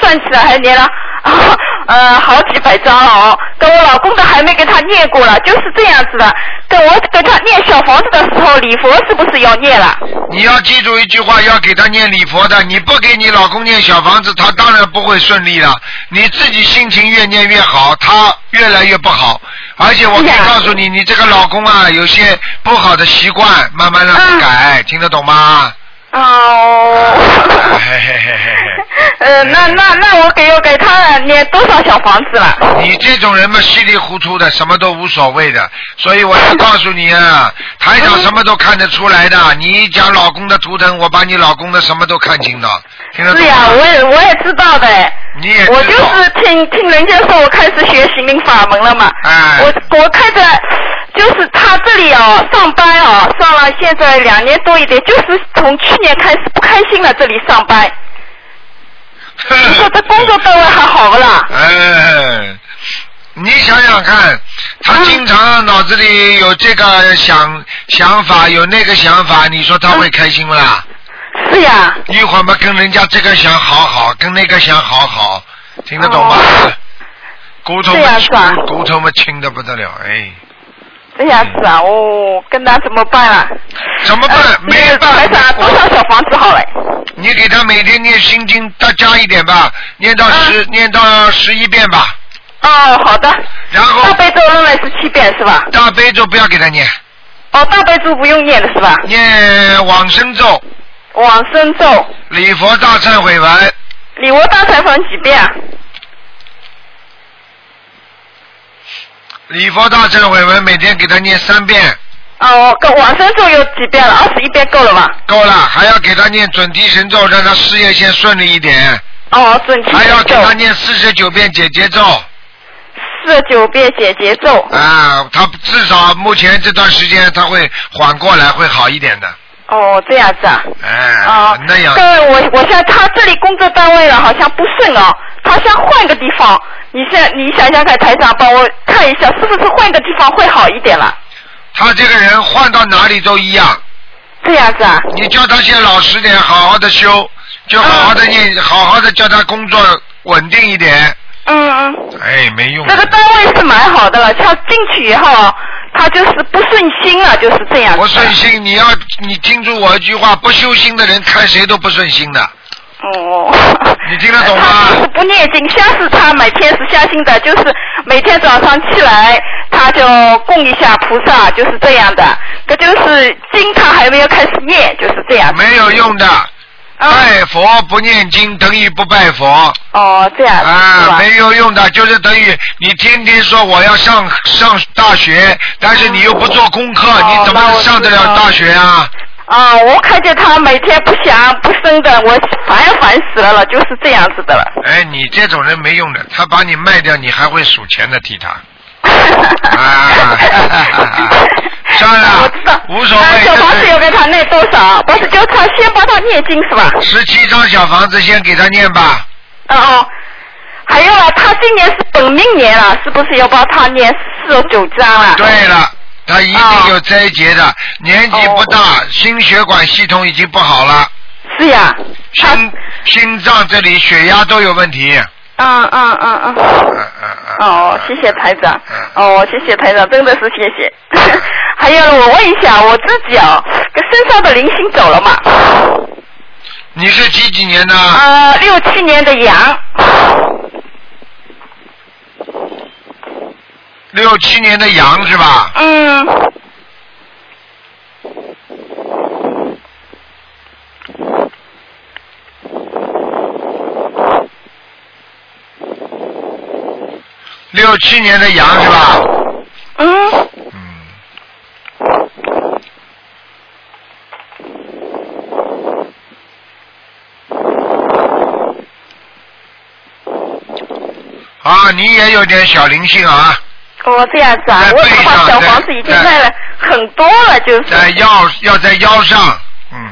算起来还念了。 呃，好几百张了哦，跟我老公的还没给他念过了，就是这样子的。跟我给他念小房子的时候，礼佛是不是要念了？
你要记住一句话，要给他念礼佛的。你不给你老公念小房子，他当然不会顺利了。你自己心情越念越好，他越来越不好。而且我可以
是呀
告诉你，你这个老公啊，有些不好的习惯，慢慢让他
嗯
改，听得懂吗？
哦
哎嘿嘿嘿嘿嘿，
呃，那那那我给我给他念多少小房子了？
啊你这种人嘛，稀里糊涂的，什么都无所谓的，所以我要告诉你啊，台长什么都看得出来的。你一讲老公的图腾，我把你老公的什么都看清了，听得懂吗
是呀，我也我也知道的。
你也知道
我就是
嗯
听听人家说我开始学习命法门了嘛。
哎
我我看着就是他这里哦，上班哦，上了现在两年多一点，就是从去年开始不开心了，这里上班。
嗯
你说这工作单位还好不啦？
哎，你想想看，他经常脑子里有这个想想法，有那个想法，你说他会开心不啦？
是呀。
一会儿嘛跟人家这个想好好，跟那个想好好，听得懂吗？
哦
骨头
这
嘛
样啊是吧，
骨头嘛轻的不得了，哎，
这样子啊，哦，跟他怎么办啊？
嗯怎么办？
呃
没办
那个台
法
长，多少小房子好嘞？
你给他每天念心经，再加一点吧，念
啊
到十，念到十一遍吧，
哦，好的。
然后
大悲咒仍然是七遍是吧？
大悲咒不要给他念，
哦，大悲咒不用念了是吧？
嗯念往生咒、
往生咒，
礼佛大忏悔文。
礼佛大忏悔几遍啊？
礼佛大忏悔文每天给他念三遍，
哦，跟往生咒有几遍了？二十一遍够了吧？
够了，还要给他念准提神咒，让他事业先顺利一点，
哦，准提
还要
神
哎给
咒
他念四十九遍解结咒
四十九遍解结咒。
啊，他至少目前这段时间他会缓过来，会好一点的，
哦，这样子啊。
哎，
哦，
那样
各位，我我像他这里工作单位了，好像不顺哦，他想换个地方。你想你想想看，台长帮我看一下，是不是换个地方会好一点了？
他这个人换到哪里都一样，
这样子啊？
你叫他先老实点，好好的修，就好好的念，好好的叫他工作稳定一点，
嗯嗯。
哎，没用的。
这个单位是蛮好的了，他进去以后，哦他就是不顺心了，就是这样子。啊
不顺。心，你要你听住我一句话，不修心的人看谁都不顺心的。
哦。
你听得懂 吗
他就是不念经，相信他每天是相信的，就是每天早上起来他就供一下菩萨，就是这样的。这就是经他还没有开始念，就是这样。
没哎有用的。
嗯
拜佛不念经等于不拜佛
哦，这样子是
啊，
吧？
没有用的，就是等于你天天说我要上上大学，但是你又不做功课，
哦
你怎
那
么
我
上得
知
了
道
大学啊？
啊、我看见他每天不想不生的，我烦烦死了了，就是这样子的了。
哎，你这种人没用的，他把你卖掉，你还会数钱的替他。啊
啊
算了
我知道，
无所谓
啊小房
这
子
是
有给他念多少？八十九他先帮他念经是吧？
十七张小房子先给他念吧，
哦哦。还有啊，他今年是本命年了，是不是要帮他念四十九章啊了？
对了，他一定
哦
有灾劫的，年纪不大，心血管系统已经不好了，
是呀。他
心心脏这里血压都有问题。
嗯嗯嗯
嗯
嗯。
嗯嗯。
哦，谢谢台长
嗯。
哦，谢谢台长，真的是谢谢。 还有，我问一下我自己哦，这身上的灵性走了嘛？
你是几几年的？
呃，六七年的羊。
六七年的羊是吧？
嗯，
六七年的羊是吧？
嗯，
嗯。啊，你也有点小灵性啊，
哦，这样子啊
在，
我
背
的话
上
小
在
房子已经
在
卖了很多了，就是。
在腰要在腰上，嗯，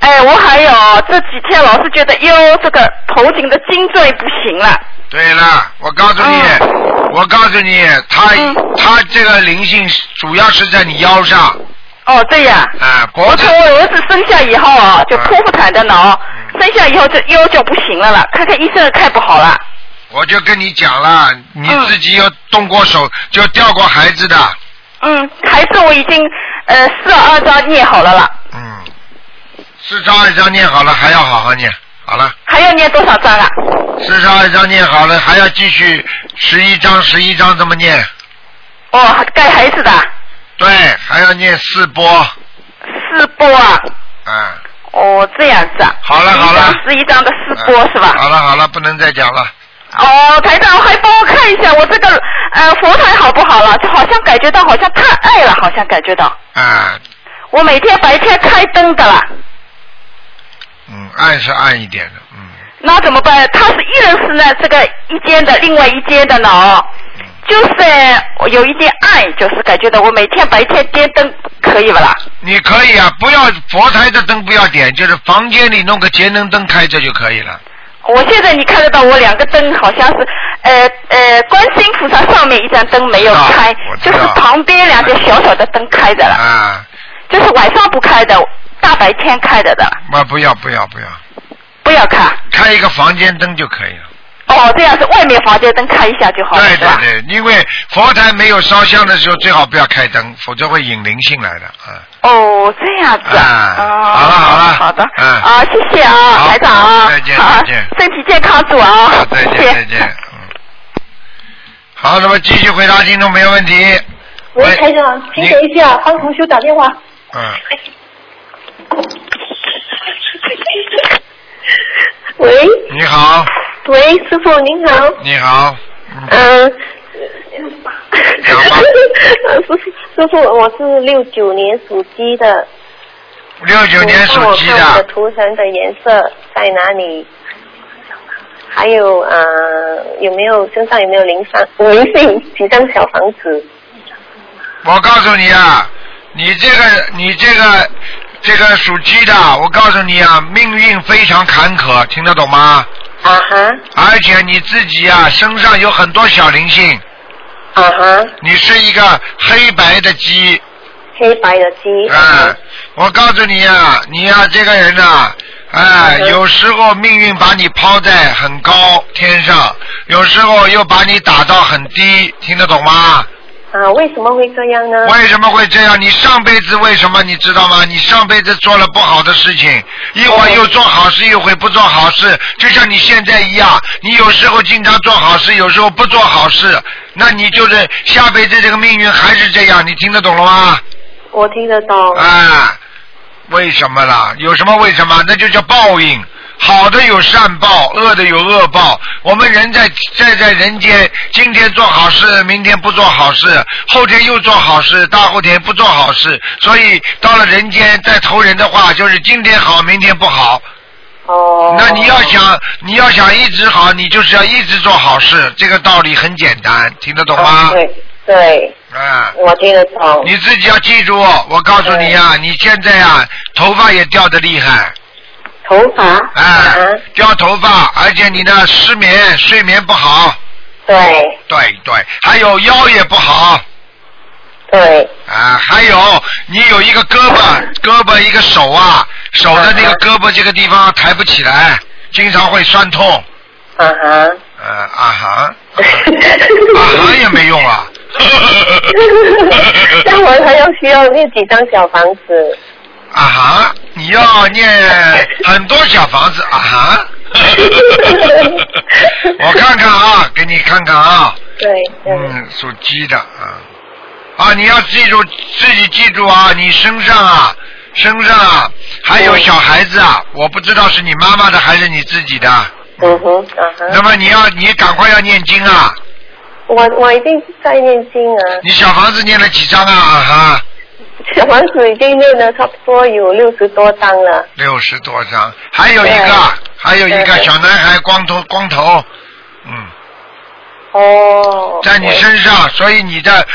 哎，我还有这几天老是觉得，哟，这个头颈的颈椎不行了。
对了，我告诉你，
嗯
我告诉你，他、
嗯
他这个灵性是主要是在你腰上，
哦，对呀。
啊，脖
我
子
从我儿子生下以后啊，就
嗯
剖腹产的脑，
嗯
生下以后这腰就不行了啦，看看医生也看不好了。
我就跟你讲了，你
嗯
自己有动过手，就掉过孩子的，
嗯，还是我已经呃四十二章念好了啦，
嗯，四十二章念好了，还要好好念，好了，
还要念多少章啊？
四十二章念好了，还要继续十一章十一章这么念，
哦，带孩子的啊
对，还要念四波，
四波啊。
啊，
哦，这样子啊。
好了好了嗯
十一张的四波是吧？
好了好了，不能再讲了。
哦，台长，还帮我看一下我这个呃佛台好不好了？就好像感觉到好像太暗了，好像感觉到。
啊，
我每天白天开灯的啦，
嗯，暗是暗一点的，嗯，
那怎么办？他是一人是呢这个一间的，另外一间的呢哦，就是我有一点暗，就是感觉到我每天白天点灯可以不啦？
你可以啊，不要佛台的灯不要点，就是房间里弄个节能灯开着就可以了。
我现在你看得到我两个灯好像是，呃呃，观世音菩萨上面一盏灯没有开
啊我，知
就
道
是旁边两个小小的灯开着了，
啊，
就是晚上不开的，大白天开着的了，
啊，不要不要不要，
不要看。
开一个房间灯就可以了。
哦，这样子外面房间灯开一下就好了，
对
是吧？
对对，因为佛台没有烧香的时候，最好不要开灯，否则会引灵性来的啊。
哦，这样子
啊
哦
好了好了
好的，
嗯
啊，谢谢啊，
好
台长啊，
再见
好
再见
身体健康，祝啊
好，，再
谢
见
谢
再见。嗯。好，那么继续回答听众朋友问题。
喂，台长，请等一下，帮同学打电话。
嗯，
喂，
你好，
喂，师傅您好，
你好，嗯
嗯、
讲吧
呃师傅，师傅，我是六九年属鸡的。
六九年属鸡
请帮我看我
的，
的图腾的颜色在哪里？还有呃，有没有身上有没有灵山灵性几张小房子？
我告诉你啊，你这个你这个这个属鸡的，我告诉你啊，命运非常坎坷，听得懂吗？
啊哈，
而且你自己啊，身上有很多小灵性，
啊哈，
你是一个黑白的鸡
黑白的鸡。
啊！我告诉你啊，你啊这个人呐、啊，哎，
嗯
有时候命运把你抛在很高天上，有时候又把你打到很低，听得懂吗？
啊，为什么会这样呢？
为什么会这样？你上辈子为什么你知道吗？你上辈子做了不好的事情，一会儿又做好事，一会儿不做好事，就像你现在一样，你有时候经常做好事，有时候不做好事，那你就是下辈子这个命运还是这样，你听得懂了吗？
我听得懂。
啊，为什么啦？有什么为什么？那就叫报应。好的有善报，恶的有恶报。我们人在在在人间，今天做好事，明天不做好事，后天又做好事，大后天不做好事。所以到了人间再投人的话，就是今天好，明天不好。
哦。
那你要想你要想一直好，你就是要一直做好事。这个道理很简单，听得懂吗？
哦对对，
啊。
我听得懂。
你自己要记住，我告诉你啊，你现在啊，头发也掉的厉害，
头发。
哎、
啊。
掉头发，而且你的失眠、睡眠不好，
对
对对，还有腰也不好，
对。
啊，还有你有一个胳膊、胳膊一个手啊，手的那个胳膊这个地方抬不起来，经常会酸痛，
啊哈。
呃啊哈，啊哈也没用啊。
那我还要需要那几张小房子？
啊哈，你要念很多小房子啊哈。我看看啊，给你看看啊，
对对。
嗯，属鸡的啊，啊，你要记住自己记住啊，你身上啊，身上啊，还有小孩子啊，我不知道是你妈妈的还是你自己的，
嗯哼，啊
那
哈。
么你要你赶快要念经啊，
我我已经在念经啊，
你小房子念了几张啊啊哈，
小房子已经念了差不多有六十多张了。
六十多张，还有一
对
个还有一个
对
小男孩光头光头，嗯。
哦。
在你身上，所以你的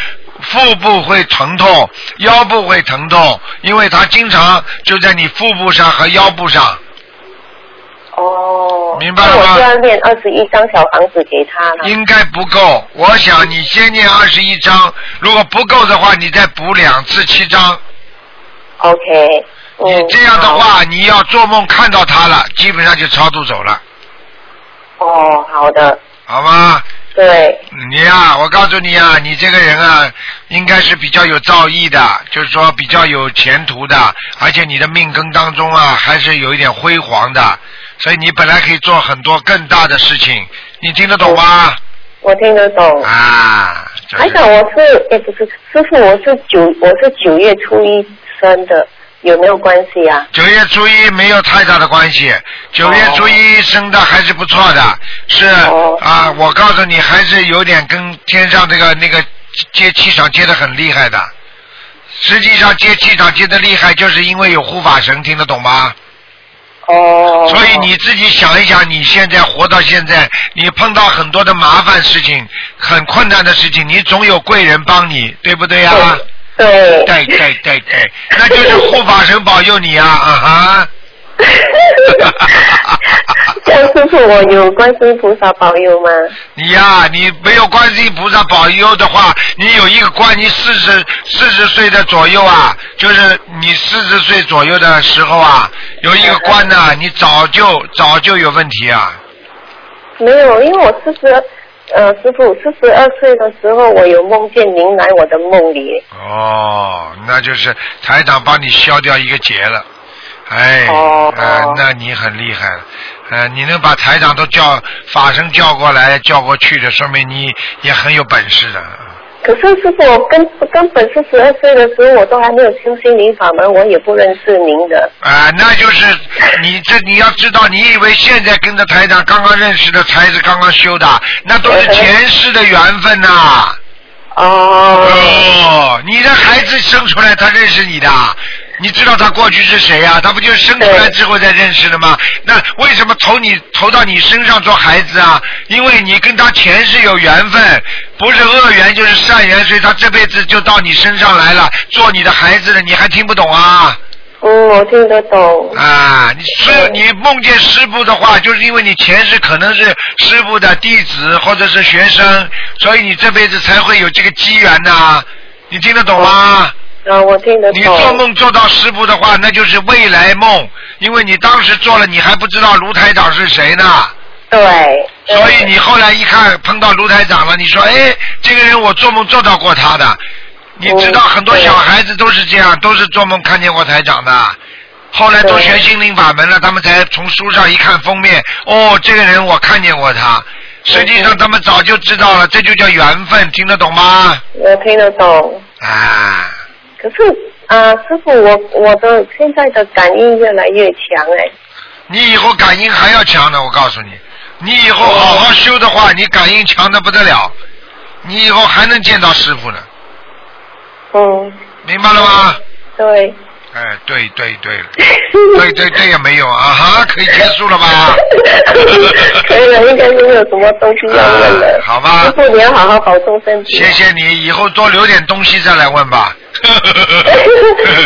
腹部会疼痛，腰部会疼痛，因为它经常就在你腹部上和腰部上。
哦。
明白了吗
那我就要念二十一张小房子给他了。
应该不够，我想你先念二十一章，如果不够的话，你再补两次七章。
OK。
你
嗯。
这样的
好。
话，你要做梦看到它了，基本上就超度走了，
哦，好的，
好吗？
对。
你呀、我告诉你啊，你这个人啊，应该是比较有造诣的，就是说比较有前途的，而且你的命根当中啊，还是有一点辉煌的，所以你本来可以做很多更大的事情，你听得懂吗？
我听得懂。
啊，就是
还长，我是哎，不是师傅，我是九，我是九月初一生的，有没有关系啊呀、
九月初一没有太大的关系，九月初一生的还是不错的，是
哦
啊，我告诉你，还是有点跟天上这个那个接气场接的很厉害的。实际上接气场接的厉害，就是因为有护法神，听得懂吗？
哦。
所以你自己想一想，你现在活到现在，你碰到很多的麻烦事情、很困难的事情，你总有贵人帮你，对不对呀、啊？
对。
对 对对对，那就是护法神保佑你啊！啊哈。
江师傅，我有观世音菩萨保佑吗？
你呀、你没有观世音菩萨保佑的话，你有一个关，你四十四十岁的左右啊，就是你四十岁左右的时候啊，有一个关呢、你早就早就有问题啊。
没有，因为我四十，呃，师傅四十二岁的时候，我有梦见您来我的梦里。
哦，那就是台长帮你消掉一个结了，哎，
哦
呃，那你很厉害了，呃，你能把台长都叫法身叫过来叫过去的，说明你也很有本事的。
可是师傅，我根根本是十二岁的时候，我都还没有修心灵法门，我也不认识您的。
啊、那就是你这你要知道，你以为现在跟着台长刚刚认识的才是刚刚修的，那都是前世的缘分呐、
哦
哦，你的孩子生出来，他认识你的，你知道他过去是谁呀、啊他不就是生出来之后才认识的吗？那为什么投你投到你身上做孩子啊？因为你跟他前世有缘分，不是恶缘就是善缘，所以他这辈子就到你身上来了，做你的孩子了，你还听不懂啊？
嗯，我听得懂。
啊，你师你梦见师傅的话，就是因为你前世可能是师傅的弟子或者是学生，所以你这辈子才会有这个机缘呐、你听得懂吗？
啊，我听得
你
懂。
做梦做到师傅的话，那就是未来梦，因为你当时做了，你还不知道卢台长是谁呢。
对。
所以你后来一看碰到卢台长了，你说哎，这个人我做梦做到过他的。你知道
嗯
很多
对
小孩子都是这
嗯
样，都是做梦看见过台长的，后来都
对
学心灵法门了，他们才从书上一看封面，哦，这个人我看见过他。实际上他们早就知道了，这就叫缘分，听得懂吗？
我听得懂。
啊，
可是啊、师傅，我我的现在的感应越来越强哎。
你以后感应还要强的，我告诉你，你以后好好修的话，你感应强的不得了，你以后还能见到师傅呢，
嗯，
明白了吗？
对。
哎，对对对了，对对对也没有啊哈，可以结束了吧？
可以了，应该没有什么东西要问了。
啊 好吧
师傅，你要好好保重身体。啊
谢。谢你，以后多留点东西再来问吧。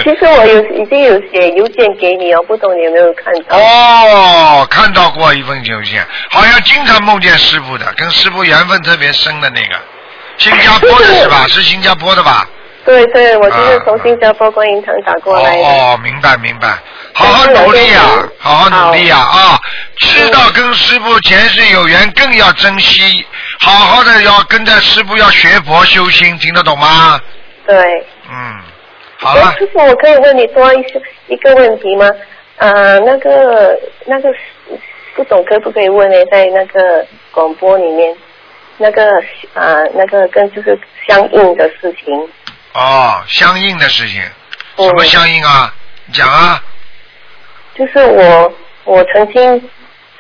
其实我有已经有写邮件给你哦，不懂你有没有看到？
哦，看到过一封邮件，好像经常梦见师傅的，跟师傅缘分特别深的那个，新加坡的是吧？是新加坡的吧？
对对，我就是
啊
从新加坡观音堂打过来的。
哦，明白明白，好好努力呀、
嗯
好好努力呀啊！知道跟师傅前世有缘，更要珍惜，好好的要跟着师傅要学佛修心，听得懂吗？
对。
嗯，好了
哎，师傅，我可以问你多一些一个问题吗？呃，那个那个不懂可不可以问呢？在那个广播里面，那个呃那个跟就是相应的事情，
哦，相应的事情，
嗯
什么相应啊？你讲啊，
就是我我曾经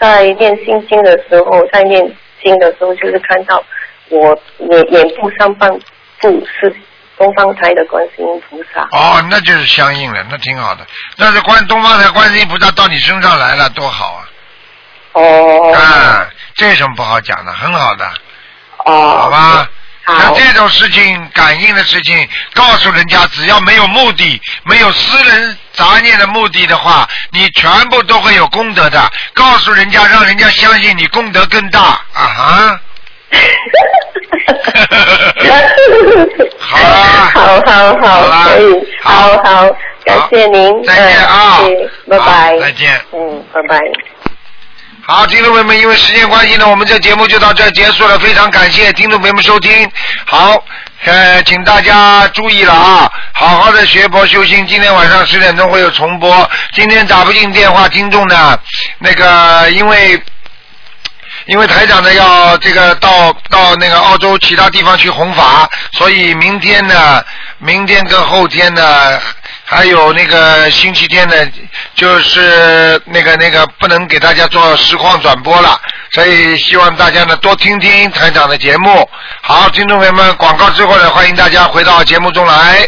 在念心经的时候，在念经的时候，就是看到我眼眼部上半部是东方台的观世音菩萨。
哦，那就是相应了，那挺好的，那是观东方台观世音菩萨到你身上来了，多好啊！
哦
啊，这有什么不好讲的？很好的，
哦，
好吧？像
好
这种事情，感应的事情，告诉人家，只要没有目的，没有私人杂念的目的的话，你全部都会有功德的。告诉人家，让人家相信你功德更大啊哈！ 好啦
好好
好啦
好，可以，
好
好好，感谢您，
再见啊
嗯谢谢拜
好
拜，
再见
嗯，拜拜。
好，听众朋友们，因为时间关系呢，我们这节目就到这儿结束了。非常感谢听众朋友们收听。好，呃，请大家注意了啊，好好的学佛修心。今天晚上十点钟会有重播。今天打不进电话，听众呢，那个因为因为台长呢要这个到到那个澳洲其他地方去弘法，所以明天呢，明天跟后天呢，还有那个星期天呢，就是那个那个不能给大家做实况转播了，所以希望大家呢多听听台长的节目。好，听众朋友们，广告之后呢，欢迎大家回到节目中来。